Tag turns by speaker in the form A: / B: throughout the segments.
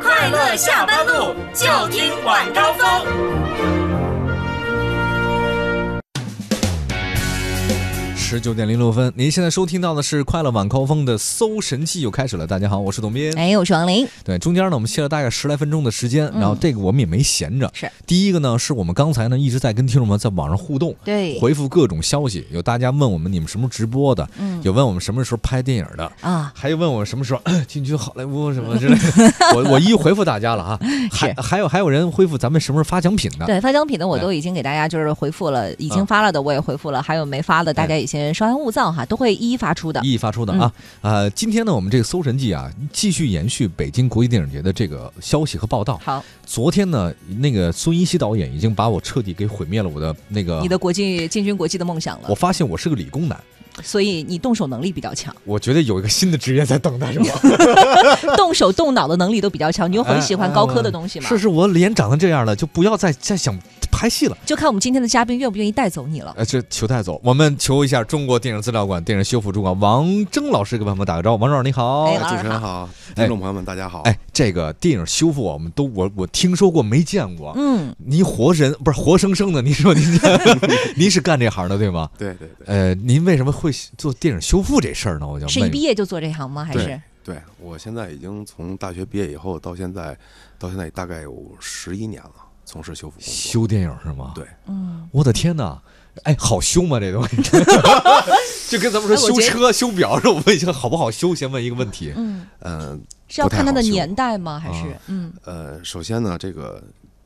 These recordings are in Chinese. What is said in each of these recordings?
A: 客下班路就听晚高峰。
B: 十九点零六分，您现在收听到的是《快乐晚高峰》的《搜神记》又开始了。大家好，我是董斌。
C: 哎，我嗯是王林，
B: 对，中间呢，我们歇了大概十来分钟的时间，然后这个我们也没闲着。
C: 是
B: 第一个呢，是我们刚才呢一直在跟听众们在网上互动，
C: 对
B: 回复各种消息，有大家问我们你们什么时候直播的，
C: 嗯
B: 有问我们什么时候拍电影 的。
C: 啊，
B: 还有问我什么时候 进军好莱坞什么之类 的，我我一一回复大家了啊，还还有还有人回复咱们什么时候发奖品的，
C: 啊对，发奖品的我
B: 对
C: 都已经给大家就是回复了，已
B: 啊
C: 经发了的我也回复了，还有没发的，大家也先稍安勿躁哈，都会一一发出的。嗯
B: 一一发出的啊。呃，今天呢，我们这个《搜神记》啊，继续延续北京国际电影节的这个消息和报道。
C: 好，
B: 昨天呢，那个孙一西导演已经把我彻底给毁灭了我的那个
C: 你。的国际进军国际的梦想
B: 我
C: 了，
B: 发现我是个理工男，
C: 所以你动手能力比较强，
B: 我觉得有一个新的职业在等待 着我。
C: 动手动脑的能力都比较强，你又很喜欢高科的东西嘛
B: 是？是，我脸长成这样了，就不要再再想拍戏了。
C: 就看我们今天的嘉宾愿不愿意带走你了。
B: 呃，这求带走，我们求一下中国电影资料馆电影修复主管王铮老师给朋友们打个招呼。王铮老师你好，
C: 哎
B: 哎
C: 王
D: 啊主持人好，
B: 哎
D: 听众朋友们，大家好。
C: 哎
B: 这个电影修复啊我们都我我听说过没见过，
C: 嗯，
B: 您活人不是活生生的，您说您 您是干这行的对吗？
D: 对对对
B: 呃，您为什么会做电影修复这事儿呢？我就是问
C: 一毕业就做这行吗？还
D: 对
C: 是
D: 对，我现在已经从大学毕业以后到现在，到现在大概有十一年了，从事修复工作。
B: 修电影是吗？
D: 对，
C: 嗯，
B: 我的天哪！哎，好修吗？这东 西，就跟咱们说
C: 哎我
B: 修
C: 觉得
B: 车、修表似的。我问一下好不好修，先问一个问题。
C: 嗯，
D: 嗯
C: 是要
D: 不太
C: 看它
D: 好
C: 的
D: 修
C: 年代吗？还是
B: 啊
C: 嗯
D: 呃，首先呢，这个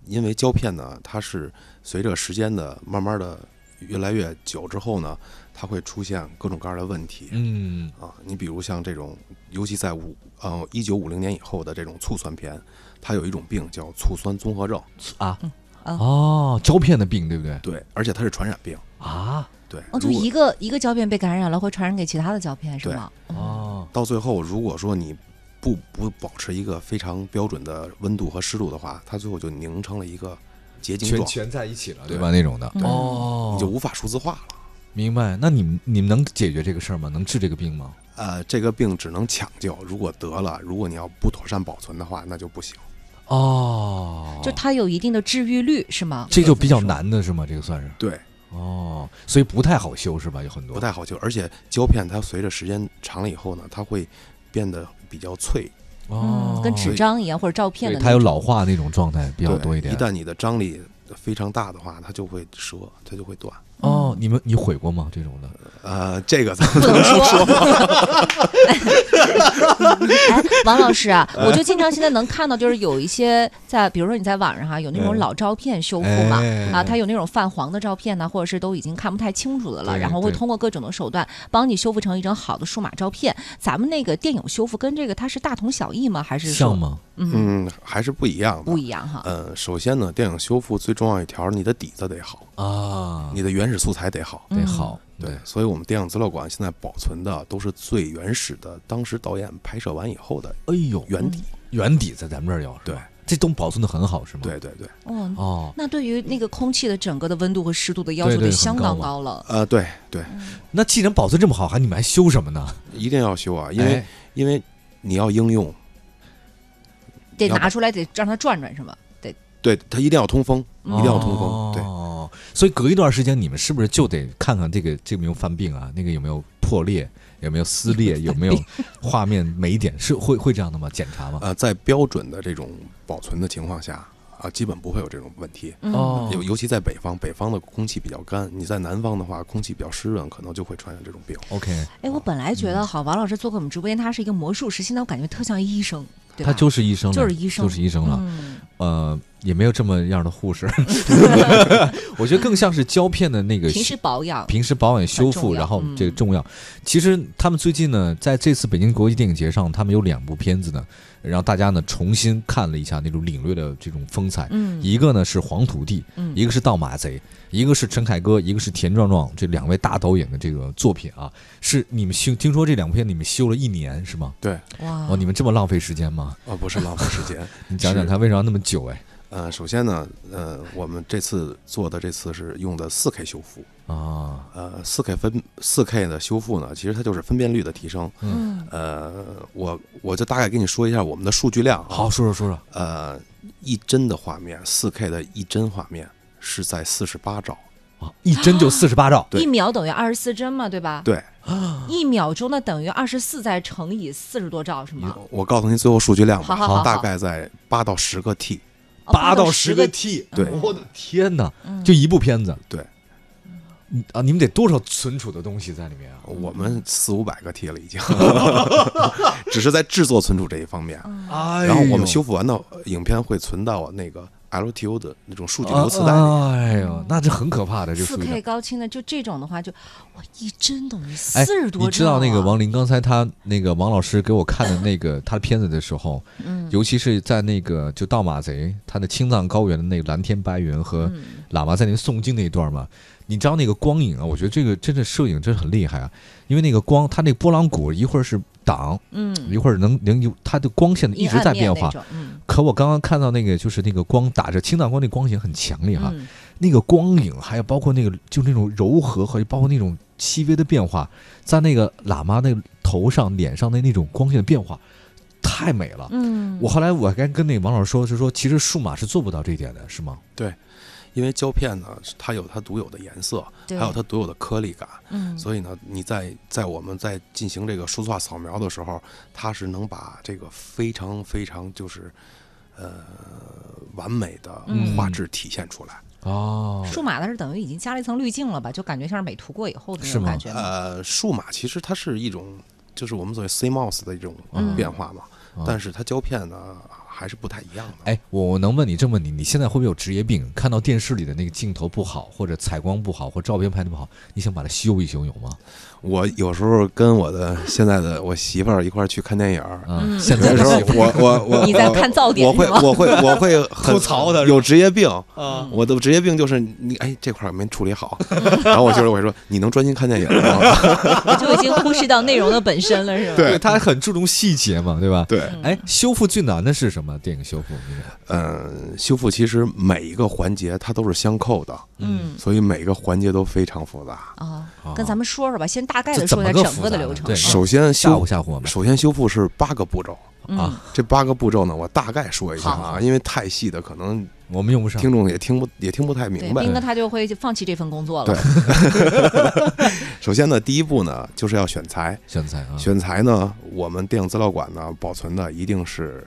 D: 因为胶片呢，它是随着时间的慢慢的越来越久之后呢，它会出现各种各样的问题。
B: 嗯，
D: 啊，你比如像这种，尤其在五呃一九五零年以后的这种醋酸片，它有一种病叫醋酸综合症，
B: 啊
C: 啊
B: 哦，胶片的病对不对？
D: 对，而且它是传染病，
B: 啊
D: 对。
C: 哦，就
D: 如果
C: 一个一个胶片被感染了，会传染给其他的胶片是
D: 对
C: 吗？
B: 哦，
D: 到最后，如果说你不不保持一个非常标准的温度和湿度的话，它最后就凝成了一个结晶
B: 全
D: 状，
B: 全在一起了对
D: 对
B: 吧？那种的
C: 嗯
B: 哦
D: 你就无法数字化了。
B: 明白。那你们你们能解决这个事儿吗？能治这个病吗？
D: 呃，这个病只能抢救，如果得了，如果你要不妥善保存的话，那就不行。
B: 哦，
C: 就它有一定的治愈率是吗？
B: 这就比较难的是吗？这个算是
D: 对，
B: 哦，所以不太好修是吧？有很多
D: 不太好救，而且胶片它随着时间长了以后呢，它会变得比较脆，
B: 哦
C: 嗯，，跟纸张一样或者照片
B: 对
C: 的
B: 它
C: 那
B: 有
C: 种。
B: 老化那种状态比较
D: 对
B: 多一点
D: 一。旦你的张力非常大的话，它就会折，它就会断。
B: 哦，你们你毁过吗？这种的
D: 呃，这个咱们
C: 不能说。哎，王老师啊，
B: 哎
C: 我就经常现在能看到，就是有一些在，比如说你在网上哈，有那种
B: 嗯
C: 老照片修复嘛
B: 哎，
C: 啊，它有那种泛黄的照片呢，或者是都已经看不太清楚的了，
B: 对
C: 然后会
B: 对
C: 通过各种的手段帮你修复成一张好的数码照片。咱们那个电影修复跟这个它是大同小异吗？还是
B: 像
C: 说
B: 吗？
C: 嗯
D: 嗯，还是不一样的
C: 不。一样哈？
D: 呃，首先呢，电影修复最重要一条，你的底子得好，
B: 啊，嗯
D: 你的原始素材得好。
B: 得好
D: 对，所以我们电影资料馆现在保存的都是最原始的，当时导演拍摄完以后的
B: 哎呦，
D: 原底。
B: 原底在咱们这儿有是
D: 对
B: 吧？这都保存的很好是吗？
D: 对对对，
C: 哦，
B: 哦，
C: 那对于那个空气的整个的温度和湿度的要
B: 对
C: 求
B: 对
C: 得
B: 很
C: 相
B: 高
C: 当
B: 嘛
C: 高了。
B: 啊
D: 呃，对对，
B: 那既然保存这么好，还你们还修什么呢？
D: 一定要修啊，因为
B: 哎
D: 因为你要应用，
C: 得
D: 要
C: 拿出来，得让它转转，是吗？得，
D: 对它一定要通风，一定要通风。对，
B: 嗯哦，所以隔一段时间你们是不是就得看看这个这个有没有翻病啊？那个有没有破裂？有没有撕裂？有 没有画面霉点？是会会这样的吗？检查吗？
D: 呃，在标准的这种保存的情况下啊，基本不会有这种问题。
C: 嗯，
B: 哦
D: 尤尤其在北方，北方的空气比较干，你在南方的话，空气比较湿润，可能就会传染这种病。
B: OK，
C: 哎，我本来觉
B: 嗯
C: 得好，王老师做客我们直播间，他是一个魔术师，现在我感觉特像医生，对吧？
B: 他就是医生了，
C: 就是医生
B: 就是医生了。
C: 嗯，
B: 呃，也没有这么样的护 士，我觉得更像是胶片的那个
C: 平时保养，
B: 平时保养修
C: 很重
B: 复，
C: 要
B: 然后这个
C: 嗯
B: 重要。其实他们最近呢，在这次北京国际电影节上，他们有两部片子呢，让大家呢重新看了一下那种领略的这种风采。
C: 嗯
B: 一个呢是黄土地，
C: 嗯
B: 一个是盗马贼，一个是陈凯歌，一个是田壮壮，这两位大导演的这个作品啊，是你们修听说这两部片你们修了一年是吗？哦
D: 对，
C: 哇
B: 哦，，你们这么浪费时间吗？
D: 啊，不是浪费时间。
B: 你讲讲看为啥那么久哎？
D: 呃，首先呢，呃，我们这次做的这次是用的四 K 修复，
B: 啊，
D: 呃，四 K 分四 K 的修复呢，其实它就是分辨率的提升。
C: 嗯
D: 呃，我我就大概跟你说一下我们的数据量、啊。
B: 好，，说说说说，
D: 呃，一帧的画面，四 K 的一帧画面是在四十八兆。
B: 啊，一帧就四十八兆，
D: 对
C: 一秒等于二十四帧嘛，对吧？
D: 对，
C: 一秒钟呢等于二十四，再乘以四十多兆是吗？
D: 我告诉你最后数据量吧，
C: 好好好好
D: 大概在八到十个 T。
C: 哦
B: 八
C: 到
B: 到十个 T，
D: 对
B: 我的天哪，
C: 嗯
B: 就一部片子，
D: 对，
B: 嗯啊，你们得多少存储的东西在里面啊？
D: 我们四五百个 T 了 已经，只是在制作存储这一方面。啊
C: 嗯
B: 哎
D: 然后我们
B: 呦
C: 啊
D: 修复完的影片会存到那个 LTO 的那种数据
B: 啊
D: 流磁带里。
B: 哎呦，那这很可怕的，这
C: 四
B: 属于
C: K
B: 的。
C: 高清的，就这种的话就，哇，一帧等于
B: 哎
C: 四十多兆、
B: 你
C: 啊
B: 知道那个王林刚才他那个王老师给我看的那个他的片子的时候，
C: 嗯
B: 尤其是在那个就盗马贼他的青藏高原的那个蓝天白云和
C: 嗯
B: 喇嘛在那个诵经那一段嘛，你知道那个光影啊，我觉得这个真的摄影真的很厉害啊，因为那个光它那个波浪鼓一会儿是挡，
C: 嗯，
B: 一会儿能能有它的光线一直在变化
C: 阴暗面那。种，嗯，
B: 可我刚刚看到那个就是那个光打着青藏光那光影很强烈哈、
C: 嗯
B: 那个光影，还有包括那个就那种柔和和包括那种细微的变化，在那个喇嘛那个头上、脸上的那种光线的变化，太美了。
C: 嗯，
B: 我后来我还跟那个王老师说，是说其实数码是做不到这一点的，是吗？
D: 因为胶片呢，它有它独有的颜色，
C: 对
D: 还有它独有的颗粒感，
C: 嗯
D: 所以呢，你在在我们在进行这个数字化扫描的时候，它是能把这个非常非常就是，呃，完美的
C: 嗯
D: 画质体现出来。
B: 哦
C: 数码的是等于已经加了一层滤镜了吧？就感觉像是美图过以后的那
B: 是
C: 种
B: 吗
C: 感觉嘛。
D: 呃，数码其实它是一种，就是我们所谓 CMOS 的一种
C: 嗯
D: 变化嘛，
B: 哦
D: 但是它胶片呢还是不太一样的。
B: 哎，我我能问你这么问你，你现在会不会有职业病？看到电视里的那个镜头不好，或者采光不好，或照片拍的不好，你想把它修一修，有吗？
D: 我有时候跟我的现在的我媳妇儿一块儿去看电影儿，
B: 啊、
C: 嗯
B: 现
D: 有
B: 在
D: 的时 候
B: 是
D: 我我我
C: 你在
D: 我
C: 看噪点
D: 我会
C: 是吗
D: 我会我 会很
B: 吐槽的是吧
D: 有职业病。
B: 啊，
D: 我的职业病就是你哎这块儿没处理好， 然后我就是我会说你能专心看电影吗？
C: 就已经 忽视到内容的本身了，是吧？
B: 对，他很注重细节嘛，对吧？。
D: 对，
C: 嗯
B: 哎，修复最难的是什么？电影修复，你看
D: 嗯，修复其实每一个环节它都是相扣的，
C: 嗯
D: 所以每个环节都非常复杂。
C: 啊
B: 啊，
C: 跟咱们说说吧，先大概
B: 这
C: 的
B: 怎
C: 说
B: 么
C: 一下
B: 个
C: 整
B: 复
C: 个
B: 杂
C: 的流
B: 呢
C: 程。
B: 对
C: 嗯
D: 首先
B: 吓唬
D: 修
B: 吓唬我们
D: 首先修复是八个步骤，
C: 嗯
B: 啊，
D: 这八个步骤呢，我大概说一下
B: 好
D: 啊，因为太细的可能
B: 我们用不上。
D: 听众也听不也听不太
C: 对，
D: 明白。
C: 斌哥他就会放弃这份工作了
D: 对。首先呢，第一步呢，就是要选材。
B: 选材啊，
D: 选材呢，我们电影资料馆呢保存的一定是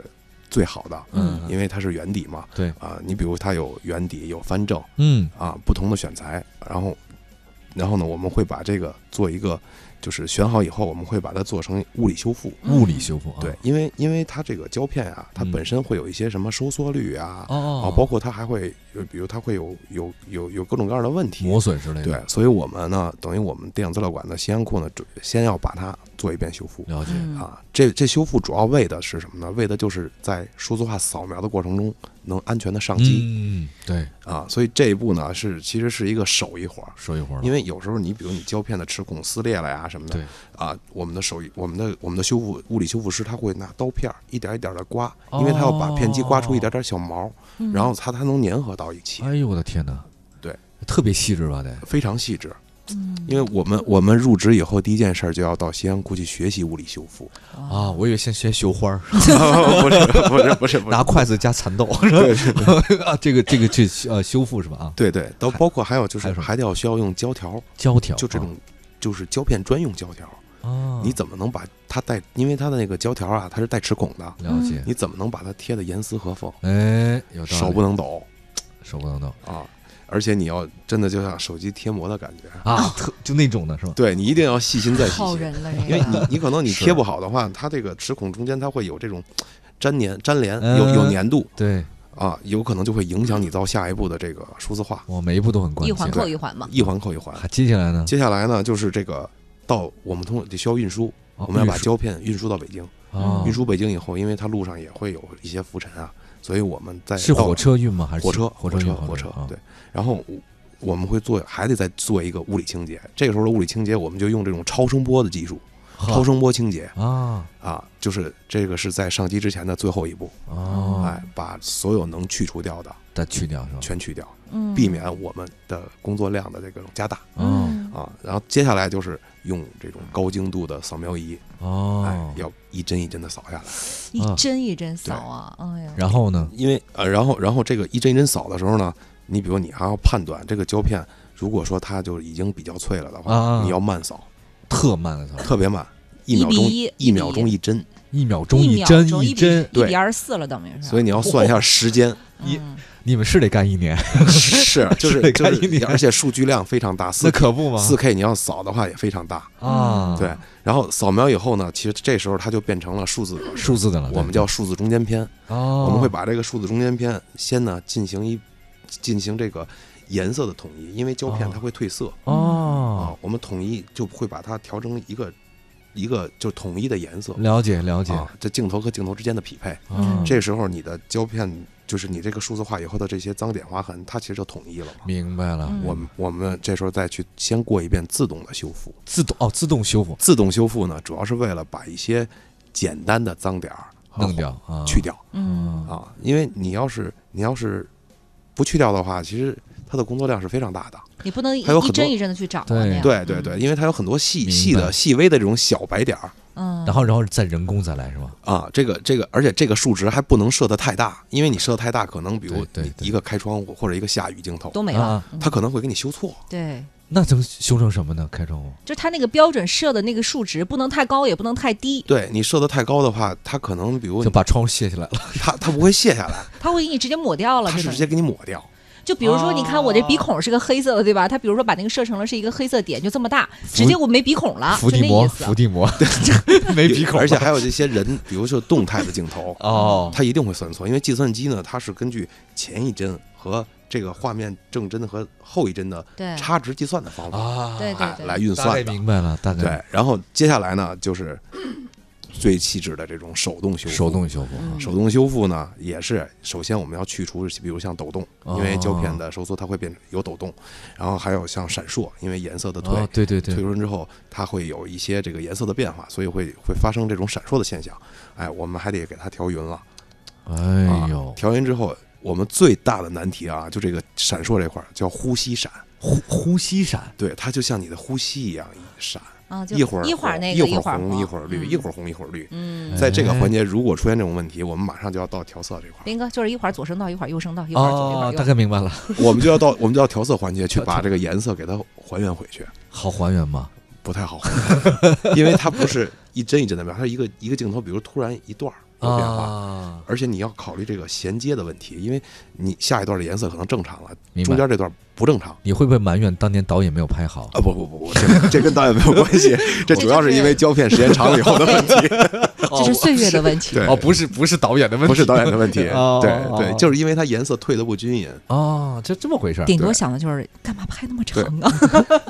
D: 最好的，
B: 嗯
D: 因为它是原底嘛。
B: 对
D: 啊、你比如它有原底有翻正
B: 嗯
D: 啊，不同的选材，然后，然后呢，我们会把这个做一个，就是选好以后，我们会把它做成物理修复。
C: 嗯
B: 物理修复啊，
D: 对，因为因为它这个胶片啊，它
B: 嗯
D: 本身会有一些什么收缩率啊，啊
B: 哦，
D: 包括它还会，有，比如它会有有有有各种各样的问题，
B: 磨损之类的。
D: 对，，所以我们呢，等于我们电影资料馆的西安库呢，主先要把它做一遍修复
B: 了解。
C: 嗯
D: 啊。这这修复主要为的是什么呢？为的就是在数字化扫描的过程中能安全的上机、
B: 嗯，对，
D: 啊。所以这一步呢，是其实是一个手艺活儿。
B: 说一会儿了，
D: 因
B: 为
D: 为有时候你比如你胶片的齿孔撕裂了呀什么的
B: 对
D: 啊，我们的手艺，我们的我们的修复物理修复师他会拿刀片儿一点一点的刮，因为他要把片机刮出一点点小毛，然后它才能粘合到一起。
B: 哎呦我的天哪，
D: 对，
B: 特别细致吧得。
D: 非常细致。因为我们我们入职以后第一件事儿就要到西安库去学习物理修复，
C: 哦
B: 啊，我以为先学绣花儿，
D: 不是不是不是不是
B: 拿，筷子夹蚕豆， 啊，这个这个去呃修复是吧？啊，
D: 对对，都包括还有就
B: 还
D: 是
B: 有什么
D: 还得要需要用胶条，
B: 胶条，
D: 就这种就是胶片专用胶条，
B: 啊，
D: 你怎么能把它带？因为它的那个胶条啊，它是带齿孔的，
B: 了解？
C: 嗯
D: 你怎么能把它贴的严丝合缝？
B: 哎，有道理，
D: 手不能抖
B: 手不能动
D: 啊，而且你要真的就像手机贴膜的感觉，
B: 啊，特就那种的是吧？
D: 对你一定要细心再细
C: 好
D: 心，
C: 人了，
D: 因为
C: 这
D: 你
C: 个。
D: 你可能你
B: 是
D: 贴不好的话，它这个齿孔中间它会有这种粘连粘连，有有
B: 嗯
D: 粘度
B: 对，
D: 啊，有可能就会影响你到下一步的这个数字化，
B: 我每一步都很关
C: 一
B: 键。
C: 环扣一
D: 啊
C: 环嘛，
D: 一环扣一环
B: 还。接下来呢？
D: 接下来呢，就是这个到我们通得需要运输，
B: 哦
D: 我们要把
B: 运输
D: 胶片运输到北京。
B: 啊
D: 运，输北京以后，因为它路上也会有一些浮尘啊，所以我们在
B: 是
D: 到
B: 火车运吗？还是
D: 火车
B: 火
D: 车
B: 运
D: 火车
B: 啊
D: 对，然后我。我们会做，还得再做一个物理清洁。这个时候的物理清洁，我们就用这种超声波的技术
B: 呵
D: 超声波清洁
B: 啊
D: 啊，就是这个是在上机之前的最后一步，
B: 哦，
D: 哎，把所有能去除掉的
B: 再去掉是吧？啊
D: 全去掉，
C: 嗯，
D: 避免我们的工作量的这个加大
B: 哦
C: 嗯
D: 啊。然后接下来就是用这种高精度的扫描仪，哎
B: 哦，，
D: 要一针一针的扫下来。
C: 一
D: 哦
B: 啊
C: 针一针扫啊，哎呀，
B: 然后呢？
D: 因为呃，然后然后这个一针一针扫的时候呢，你比如你还要判断这个胶片，如果说它就已经比较脆了的话，
B: 啊
D: 你要慢扫，
B: 特慢的操，
D: 特别慢，一秒
C: 一
D: 钟
C: 比一一比
D: 秒钟一针，
B: 一秒钟
C: 一秒
B: 针
C: 钟
B: 一
C: 一
B: 针，
C: 一
D: 对
C: 比二十四了，等于是。
D: 所以你要算一下时间，
B: 一
C: 嗯
B: 你们是得干一年，
D: 是就是是就
B: 看一
D: 是，
B: 年
D: 而且数据量非常大，
B: 那
D: 四
B: 可不吗？
D: 四 K 你要扫的话也非常大，
B: 啊，
C: 嗯
D: 对，。然后扫描以后呢，其实这时候它就变成了数字格式，
B: 数字的了，
D: 我们叫数字中间片，
B: 哦，
D: 我们会把这个数字中间片先呢进行一进行这个颜色的统一，因为胶片
B: 哦
D: 它会褪色。啊
B: 哦，，
D: 我们统一就会把它调成一个一个就统一的颜色，
B: 了解了解，
D: 啊，这镜头和镜头之间的匹配。
C: 嗯
B: 啊
D: 这时候你的胶片就是你这个数字化以后的这些脏点划痕，它其实就统一了嘛。
B: 明白了，
C: 嗯
D: 我们我们这时候再去先过一遍自动的修复，
B: 自动哦自动修复
D: 自动修复呢，主要是为了把一些简单的脏点儿和
B: 弄掉啊，
D: 去掉
C: 嗯
B: 啊
D: 啊，因为你要是你要是不去掉的话，其实它的工作量是非常大的。
C: 你不能一
D: 还有很
C: 一针
D: 多
C: 一针的去找啊
B: 对嗯
C: 那样
D: 对对对，，因为它有很多细
B: 明
D: 细
B: 白
D: 的细微的这种小白点儿，
C: 嗯，
B: 然后然后再人工再来是吧？
D: 啊，这个这个，而且这个数值还不能设得太大，因为你设得太大，可能比如
B: 对对对
D: 一个开窗户或者一个下雨镜头，
C: 都没
B: 啊
C: 了。嗯
D: 它可能会给你修错。
C: 对，
B: 那能修成什么呢？开窗户
C: 就是它那个标准设的那个数值不能太高，也不能太低，
D: 对你设得太高的话，它可能比如
B: 就把窗户卸下来了，
D: 它它不会卸下 来，
C: 它会给你直接抹掉了。
D: 它
C: 这
D: 是
C: 种
D: 直接给你抹掉。
C: 就比如说，你看我这
B: 哦
C: 鼻孔是个黑色的，对吧？它比如说把那个设成了是一个黑色点，就这么大，直接我没鼻孔了，
B: 伏
C: 啊就
B: 地
C: 那意
B: 魔
C: 思
B: 伏。地魔， 没鼻孔，，
D: 而且还有这些人，比如说动态的镜头
B: 哦
D: 它一定会算错，因为计算机呢，它是根据前一帧和这个画面正帧和后一帧的
C: 对
D: 差值计算的方法，
B: 啊，
C: 嗯对
D: 哎，来运
B: 大概
D: 算的。
B: 明白了，大概
D: 对，然后接下来呢，就是最细致的这种手动修复。
B: 手动修复啊，
C: 嗯
D: 手动修复呢，也是首先我们要去除，比如像抖动，因为胶片
B: 哦
D: 的收缩它会变有抖动，然后还有像闪烁，因为颜色的
B: 啊
D: 褪
B: 对对
D: 褪
B: 对，
D: 润之后，它会有一些这个颜色的变化，所以会会发生这种闪烁的现象。哎，我们还得给它调匀了。
B: 哎
D: 啊
B: 呦，
D: 调匀之后，我们最大的难题啊，就这个闪烁这块儿叫呼吸闪，
B: 呼呼吸闪，
D: 对，它就像你的呼吸一样闪，
C: 啊，就
D: 一会儿
C: 一会儿
D: 红
C: 那
D: 一
C: 个
D: 会
C: 儿
D: 红一会
C: 儿
D: 儿绿，
C: 嗯
D: 一会儿红一会儿绿。
C: 嗯，
D: 在这个
B: 哎
D: 环节，如果出现这种问题，我们马上就要到调色这块儿。
C: 斌哥就是一会儿左声道，一会儿右声道，一会儿左一
B: 哦
C: 会儿，右
B: 大。概明白了，
D: 我们就要到 我们就要调色环节去把这个颜色给它还原回 去，
B: 好还原吗？
D: 不太好还原，因为它不是一帧一帧的变，它是一个一个镜头，比如突然一段儿有变化，
B: 啊，
D: 而且你要考虑这个衔接的问题，因为你下一段的颜色可能正常了，
B: 明白
D: 中间这段不正常。
B: 你会不会埋怨当年导演没有拍好？
D: 啊不不不不，这这跟导演没 有关系，这主要是因为胶片时间长了以后的问题，
C: 这是岁月的问题。
D: 对
B: 哦，不是不是导演的问题，
D: 不是导演的问题，
B: 哦
D: 对
B: 哦
D: 对，就是因为它颜色退的不均匀，
B: 哦，这这么回事儿，
C: 顶多
D: 对
C: 想的就是干嘛拍那么长 啊？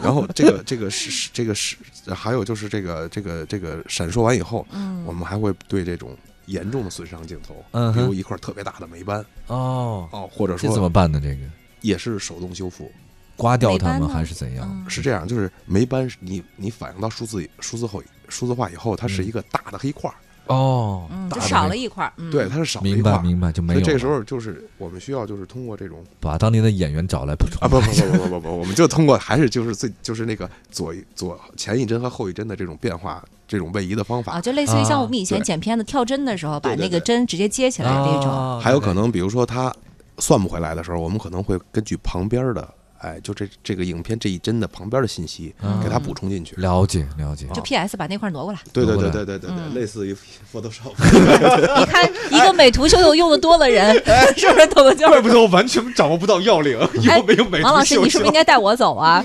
D: 然后这个这个是这个是还有就是这个这个这个闪烁完以后，
C: 嗯
D: 我们还会对这种严重的损伤镜头，
B: 嗯
D: 比
B: 哼
D: 如一块特别大的霉斑
B: 哦，
D: 哦，或者
B: 这怎
D: 说
B: 么办呢？这个
D: 也是手动修复，
B: 刮掉它
C: 没
B: 吗？
C: 办法
B: 还是怎样？
C: 嗯
D: 是这样，就是霉斑是你你反映到数字数字后数字化以后，它是
B: 嗯
D: 一个大的黑块儿，
B: 哦，
C: 嗯，
B: 大
C: 就
B: 的
C: 少
B: 那
C: 了一块儿。嗯
D: 对，，它是少了一
B: 明
D: 块
B: 白
D: 儿。
B: 明白就没
D: 所
B: 有了。
D: 以这个时候就是我们需要就是通过这种
B: 把当年的演员找来
D: 啊不不不 不不不不，我们就通过还是就是最就是那个左一左前一帧和后一帧的这种变化这种位移的方法
C: 啊，，就类似于像我们以前
D: 对
C: 剪片子跳针的时候，把
D: 对对
C: 那个
D: 对
C: 针直接接起来那种。
B: 啊
D: 还有可能，比如说它算不回来的时候，我们可能会根据旁边的，哎，就这这个影片这一帧的旁边的信息
B: 嗯，
D: 给它补充进去。
B: 了解了解，
C: 就 PS 把那块儿挪 过来，
D: 对对
B: 挪过
D: 对
B: 来
D: 对对对
C: 嗯
D: 对，类似于 Photoshop。
C: 你看一个美图秀秀用的多了 人，是不是懂得就
B: 怪
C: 是？
B: 不得我完全掌握不到要 领，以后没有美
C: 王
B: 图
C: 老师，
B: 秀
C: 你是不是应
B: 秀。
C: 该带我走啊？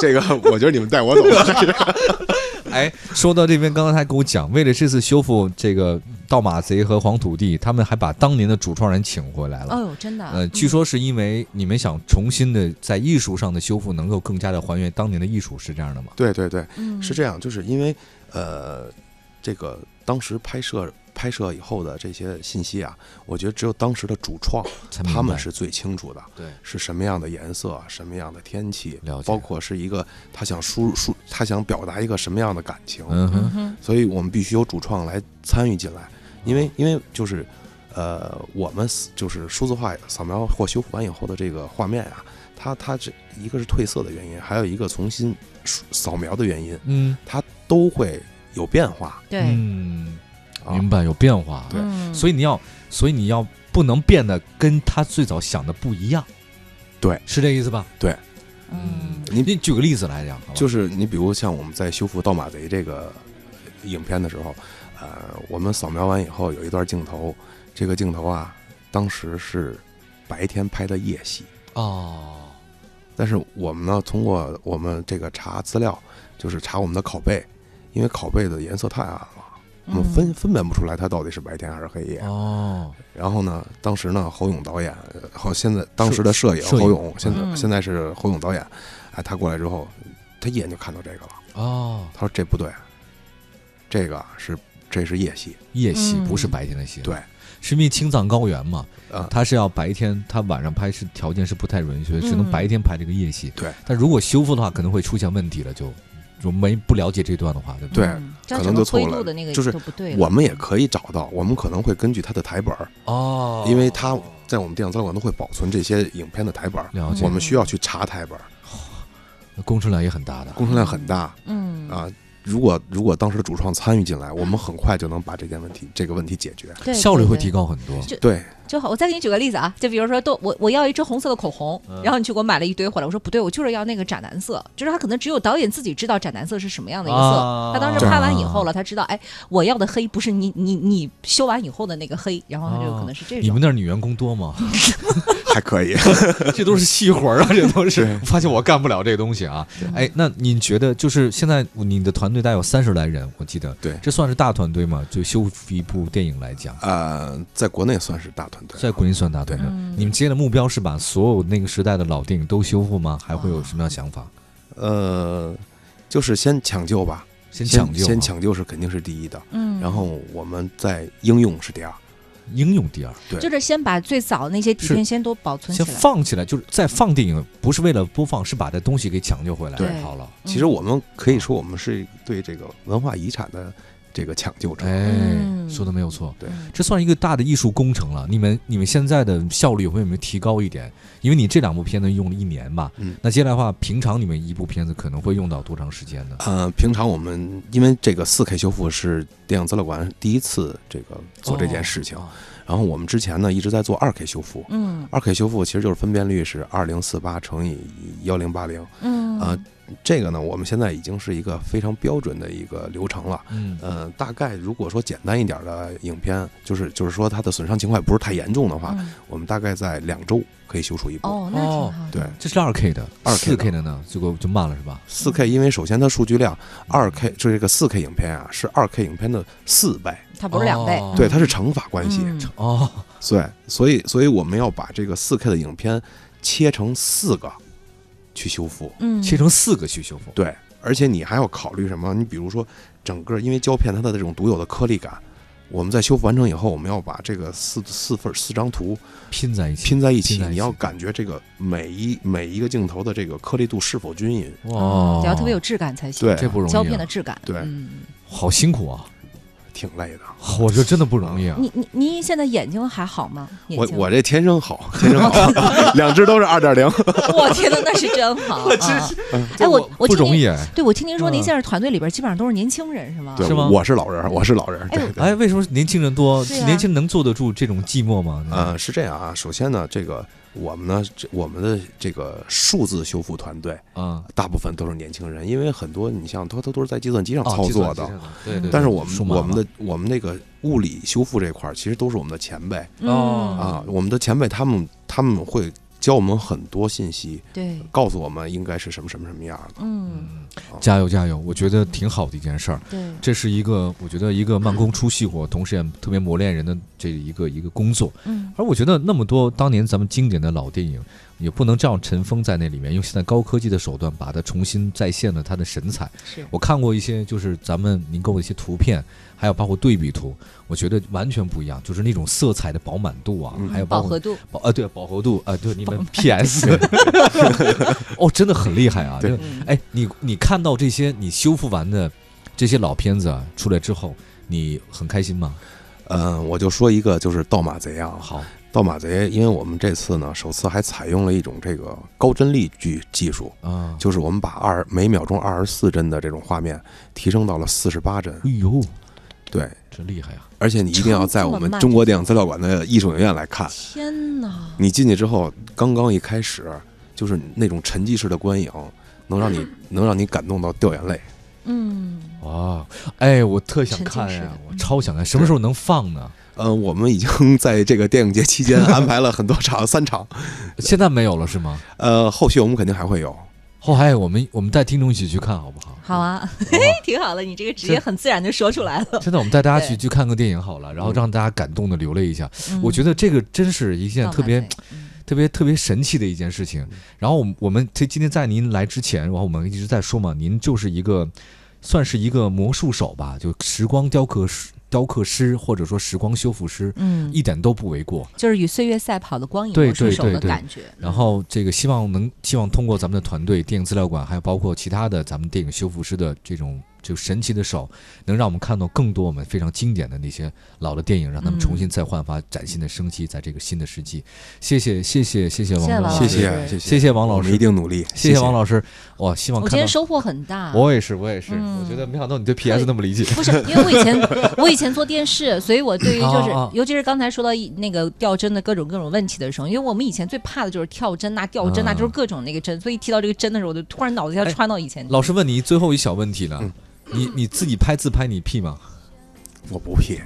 D: 这个我觉得你们带我走了。
B: 哎，说到这边，刚刚还跟我讲，为了这次修复这个《盗马贼》和《黄土地》，他们还把当年的主创人请回来了。
C: 哦呦，真的。
B: 呃，据说是因为你们想重新的在艺术上的修复，能够更加的还原当年的艺术，是这样的吗？
D: 对对对，
C: 嗯
D: 是这样，就是因为呃，这个当时拍摄拍摄以后的这些信息啊，我觉得只有当时的主创
B: 才明白
D: 他们是最清楚的，
B: 对
D: 是什么样的颜色、什么样的天气
B: 了，解
D: 包括是一个他想输输他想表达一个什么样的感情，
B: 嗯
C: 嗯
B: 哼，
C: 哼，
D: 所以我们必须有主创来参与进来，因
B: 嗯
D: 为因为就是，呃，我们是就是数字化扫描或修复完以后的这个画面啊，它它这一个是褪色的原因，还有一个重新数扫描的原因，
B: 嗯，
D: 都会有变化
C: 对，
B: 嗯，
D: 啊。
B: 明白有变化，
D: 对
C: 嗯
B: 所以你要，所以你要不能变得跟他最早想的不一样，
D: 对，
B: 是这意思吧？
C: 嗯，
B: 你你举个例子来讲，好吧
D: 就是你比如像我们在修复《盗马贼》这个影片的时候，呃，我们扫描完以后有一段镜头，这个镜头啊，当时是白天拍的夜戏，
B: 哦，
D: 但是我们呢，通过我们这个查资料，就是查我们的拷贝，因为拷贝的颜色太暗了，我们分分辨不出来它到底是白天还是黑夜。
B: 哦，
D: 然后呢，当时呢，侯勇导演，呃后现在当时的摄影
B: 摄影
D: 侯勇，现在
C: 嗯
D: 现在是侯勇导演，哎，他过来之后，他一眼就看到这个了，
B: 哦，
D: 他说这不对，这个是这是夜戏，
B: 夜戏
C: 嗯
B: 不是白天的戏，
D: 对，
B: 是因为青藏高原嘛，
D: 啊、
B: 它是要白天，它晚上拍是条件是不太允许的，只能
C: 嗯
B: 白天拍这个夜戏。
D: 对，
B: 但如果修复的话，可能会出现问题了，就就没不了解这段的话，对不对？
D: 对
C: 嗯这样整
D: 可能
C: 个
D: 就错
C: 灰
D: 了
C: 度的那个
D: 就是
C: 不对了
D: 我们也可以找到，我们可能会根据他的台本儿，
B: 哦
D: 因为他在我们电影资料馆都会保存这些影片的台本儿，
B: 了解
D: 我们需要去查台本儿。
B: 工程量也很大的。
D: 工程量很大
C: 嗯，
D: 啊。如果如果当时的主创参与进来，我们很快就能把这件问题这个问题解决。
C: 对
B: 效率
C: 对
B: 会
C: 对
B: 提高很多，
C: 就
D: 对，
C: 就好，我再给你举个例子啊，就比如说都，我我要一支红色的口红，
B: 嗯
C: 然后你去给我买了一堆回来，我说不对，我就是要那个斩蓝色，就是他可能只有导演自己知道斩蓝色是什么样的一个色，
B: 啊
C: 他当时
D: 对
C: 拍完以后了，他知道，哎，我要的黑不是你你你修完以后的那个黑，然后他就可能是
D: 啊
C: 这
B: 你
C: 种，
B: 们那儿女员工多吗？
D: 还可以。
B: 这都是细活儿啊，这都是
D: 对。
B: 我发现我干不了这个东西啊。哎，那你觉得就是现在你的团队大概有三十来人，我记得，
D: 对
B: 这算是大团队吗？就修复一部电影来讲，
D: 呃，在国内算是大团队，
B: 在国内算大团队。你们接的目标是把所有那个时代的老电影都修复吗？还会有什么样想法？
D: 呃，就是先抢救吧，
B: 先抢救啊，
D: 先抢救是肯定是第一的，
C: 嗯，
D: 然后我们在应用是第二。
B: 应用第二，
D: 对
C: 就是先把最早那些底
B: 是
C: 片先都保存起
B: 先
C: 来，
B: 放起来，就是再放电影，不是为了播放，是把这东西给抢救回来。
C: 对
B: 好了，
D: 其实我们可以说，我们是对这个文化遗产的这个抢救者。
B: 哎，
C: 嗯
B: 说的没有错。
D: 对
C: 嗯
B: 这算一个大的艺术工程了。你们你们现在的效率会有没有提高一点？因为你这两部片子用了一年吧，
D: 嗯
B: 那接下来的话，平常你们一部片子可能会用到多长时间呢？
D: 呃，平常我们因为这个四 K 修复是电影资料馆第一次这个做这件事情，
B: 哦
D: 然后我们之前呢一直在做二 K 修复，
C: 嗯
D: 二 K 修复其实就是分辨率是二零四八乘以幺零八零，
C: 嗯
D: 啊这个呢我们现在已经是一个非常标准的一个流程了。
B: 嗯，
D: 呃，大概如果说简单一点的影片，就是就是说它的损伤情况不是太严重的话，
C: 嗯
D: 我们大概在两周可以修复一部。
C: 哦，那挺好的，
D: 对，
B: 这是二 K 的，四
D: 2K 的
B: K 的呢，结果就慢了是吧？
D: 四 K，因为首先它数据量，二 K 就这个四 K 影片啊是二 K 影片的四倍，
C: 它不是两倍
B: 哦，
D: 对，它是乘法关系，
C: 嗯
B: 哦，
D: 对，所以所以我们要把这个四 K 的影片切成四个去修复，
C: 嗯，
B: 切成四个去修复。
D: 对，而且你还要考虑什么？你比如说，整个因为胶片它的这种独有的颗粒感，我们在修复完成以后，我们要把这个四四份四张图
B: 拼在一起，
D: 拼在一起
B: 拼在，一起
D: 你要感觉这个每一每一个镜头的这个颗粒度是否均匀。
B: 哇，
C: 得哦要特别有质感才行，
D: 哦对，
B: 这不容易、啊，
C: 胶片的质感，
D: 对
C: 嗯。
B: 好辛苦啊！
D: 挺累的。
B: 我觉得真的不容易啊。
C: 你你你现在眼睛还好吗？眼
D: 我
C: 睛
D: 我这天生好，天生好，两只都是二点零。
C: 我天呐，那是真 好，我真是。哎，我我
B: 嗯不
C: 听
B: 容
C: 您。
B: 易哎。
C: 对，我听您说，您
B: 嗯
C: 现在团队里边基本上都是年轻人，是吗？
D: 对，
B: 是吗
D: 我是老人，我是老人。对
C: 哎
D: 对。
B: 哎，为什么年轻人多？
C: 对啊
B: 年轻人能坐得住这种寂寞吗？
D: 呃，是这样啊。首先呢，这个我们呢，这我们的这个数字修复团队
B: 啊，
D: 大部分都是年轻人，因为很多你像他他都是在计算机上操作的。
B: 哦，对对对。
D: 但是我们
B: 数码
D: 我们
B: 嘛
D: 的我们那个物理修复这块儿，其实都是我们的前辈
C: 嗯
B: 哦
D: 啊，我们的前辈他们他们会教我们很多信息，
C: 对，
D: 告诉我们应该是什么什么什么样的。
C: 嗯，
B: 加油加油！我觉得挺好的一件事儿，
C: 对，
B: 这是一个我觉得一个慢工出细活，同时也特别磨练人的这一个一个工作。
C: 嗯
B: 而我觉得那么多当年咱们经典的老电影，也不能这样尘封在那里面，用现在高科技的手段把它重新再现了它的神采。
C: 是
B: 我看过一些就是咱们您给我的一些图片，还有包括对比图，我觉得完全不一样，就是那种色彩的饱满度啊，
D: 嗯
B: 还有包
C: 饱
B: 括
C: 和度。
B: 饱啊对饱和度啊，对你们 PS，哦，真的很厉害啊！
D: 对
B: 这
C: 嗯，
B: 哎，你你看到这些你修复完的这些老片子啊出来之后，你很开心吗？
D: 嗯，我就说一个就是盗马贼啊，
B: 好，
D: 盗马贼，因为我们这次呢，首次还采用了一种这个高帧率技技术，
B: 啊，
D: 就是我们把二每秒钟二十四帧的这种画面提升到了四十八帧。
B: 哎呦，
D: 对，
B: 真厉害啊！
D: 而且你一定要在我们中国电影资料馆的艺术影院来看。
C: 天哪！
D: 你进去之后，刚刚一开始就是那种沉浸式的观影，能让你能让你感动到掉眼泪。
C: 嗯，
B: 哇，哎，我特想
C: 沉浸
B: 看
C: 式
B: 呀
C: 的，嗯
B: 我超想看，什么时候能放呢？
D: 呃，我们已经 在这个电影节期间安排了很多场，三场。
B: 现在没有了是吗？
D: 呃，后续我们肯定还会有。
B: 后海，我们我们带听众一起去看好不好？
C: 好啊，
B: 嗯
C: 挺好的，你这个直接很自然就说出来了。
B: 真的，我们带大家去
C: 对嗯
B: 去看个电影好了，然后让大家感动的流泪一下。我觉
C: 得
B: 得这个真是一件特别特别特别神奇的一件事情。然后我们我们这今天在您来之前，然后我们一直在说嘛，您就是一个算是一个魔术手吧，就时光雕刻师、雕刻师或者说时光修复师，
C: 嗯，
B: 一点都不为过。
C: 就是与岁月赛跑的光影
B: 对
C: 魔术
B: 对
C: 手
B: 对
C: 的
B: 对
C: 感觉。
B: 然后这个希望能希望通过咱们的团队电影资料馆，还有包括其他的咱们电影修复师的这种就神奇的手，能让我们看到更多我们非常经典的那些老的电影，让他们重新再焕发崭新的生机，在这个新的世纪。谢谢谢谢谢谢王
C: 谢谢
B: 东
C: 王
B: 老
C: 老
B: 师，
D: 谢
C: 师
D: 谢谢
B: 谢谢王老
D: 我
B: 师
D: 们一，定努力。
B: 谢谢王老师。哇，希望
C: 我
B: 看
C: 今
B: 到
C: 天收获很大。
B: 我也是我也是，
C: 嗯
B: 我觉得没想到你对 PS 那么理解。
C: 不是，因为我以前我以前做电视，所以我对于就是
B: 哦哦，
C: 尤其是刚才说到一那个掉帧的各种各种问题的时候，因为我们以前最怕的就是跳帧呐、掉帧呐、
B: 嗯
C: 就是各种那个帧，所以一提到这个帧的时候，我就突然脑子一下
B: 哎
C: 穿到以前。
B: 老师问你最后一小问题了
D: 嗯，
B: 你你自己拍自拍你 P 吗？
D: 我不 P，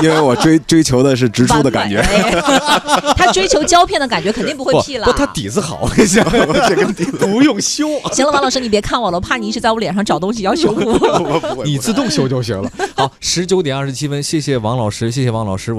D: 因 为我追追求的是直出的感觉
C: 完。 美，哎 他追求胶片的感觉肯定不会 P 了啊
B: 不，。他底子好，我跟你讲，这个底子不用 修。
C: 行了，王老师，你别看我了，我怕你一直在我脸上找东西要修复。
D: 我不会
B: 你自动修就行了。好，十九点二十七分，谢谢王老师，谢谢王老师，我。